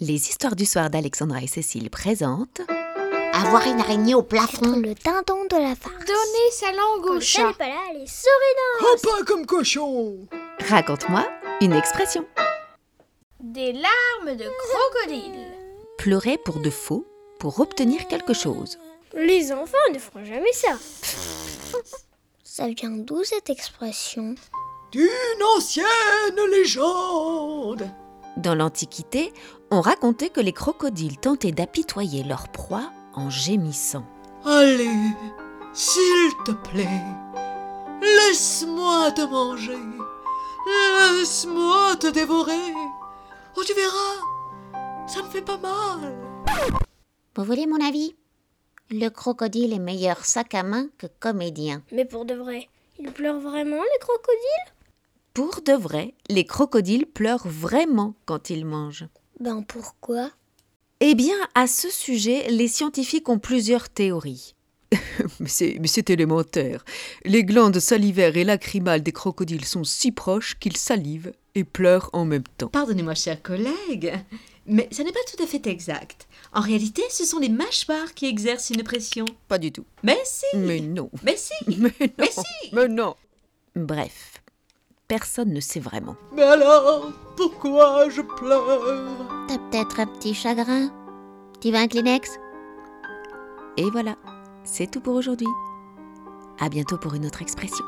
Les histoires du soir d'Alexandra et Cécile présentent Avoir une araignée au plafond. le dindon de la farce. Donner sa langue au Quand chat. elle est pas là, elle est souris Un pas comme cochon Raconte-moi une expression. Des larmes de crocodile. Pleurer pour de faux pour obtenir quelque chose. Les enfants ne feront jamais ça. Ça vient d'où cette expression d'une ancienne légende. Dans l'Antiquité, on racontait que les crocodiles tentaient d'apitoyer leur proie en gémissant. Allez, s'il te plaît, laisse-moi te manger, laisse-moi te dévorer. Oh, tu verras, ça me fait pas mal. Vous voulez mon avis Le crocodile est meilleur sac à main que comédien. Mais pour de vrai, ils pleurent vraiment les crocodiles Pour de vrai, les crocodiles pleurent vraiment quand ils mangent. Ben pourquoi Eh bien, à ce sujet, les scientifiques ont plusieurs théories. Mais c'est, mais c'est élémentaire. Les glandes salivaires et lacrymales des crocodiles sont si proches qu'ils salivent et pleurent en même temps. Pardonnez-moi, cher collègue, mais ça n'est pas tout à fait exact. En réalité, ce sont les mâchoires qui exercent une pression. Pas du tout. Mais si Mais non. Mais si Mais non. Mais si Mais non. Bref, personne ne sait vraiment. Mais alors, pourquoi je pleure T'as peut-être un petit chagrin Tu veux un Kleenex Et voilà, c'est tout pour aujourd'hui. À bientôt pour une autre expression.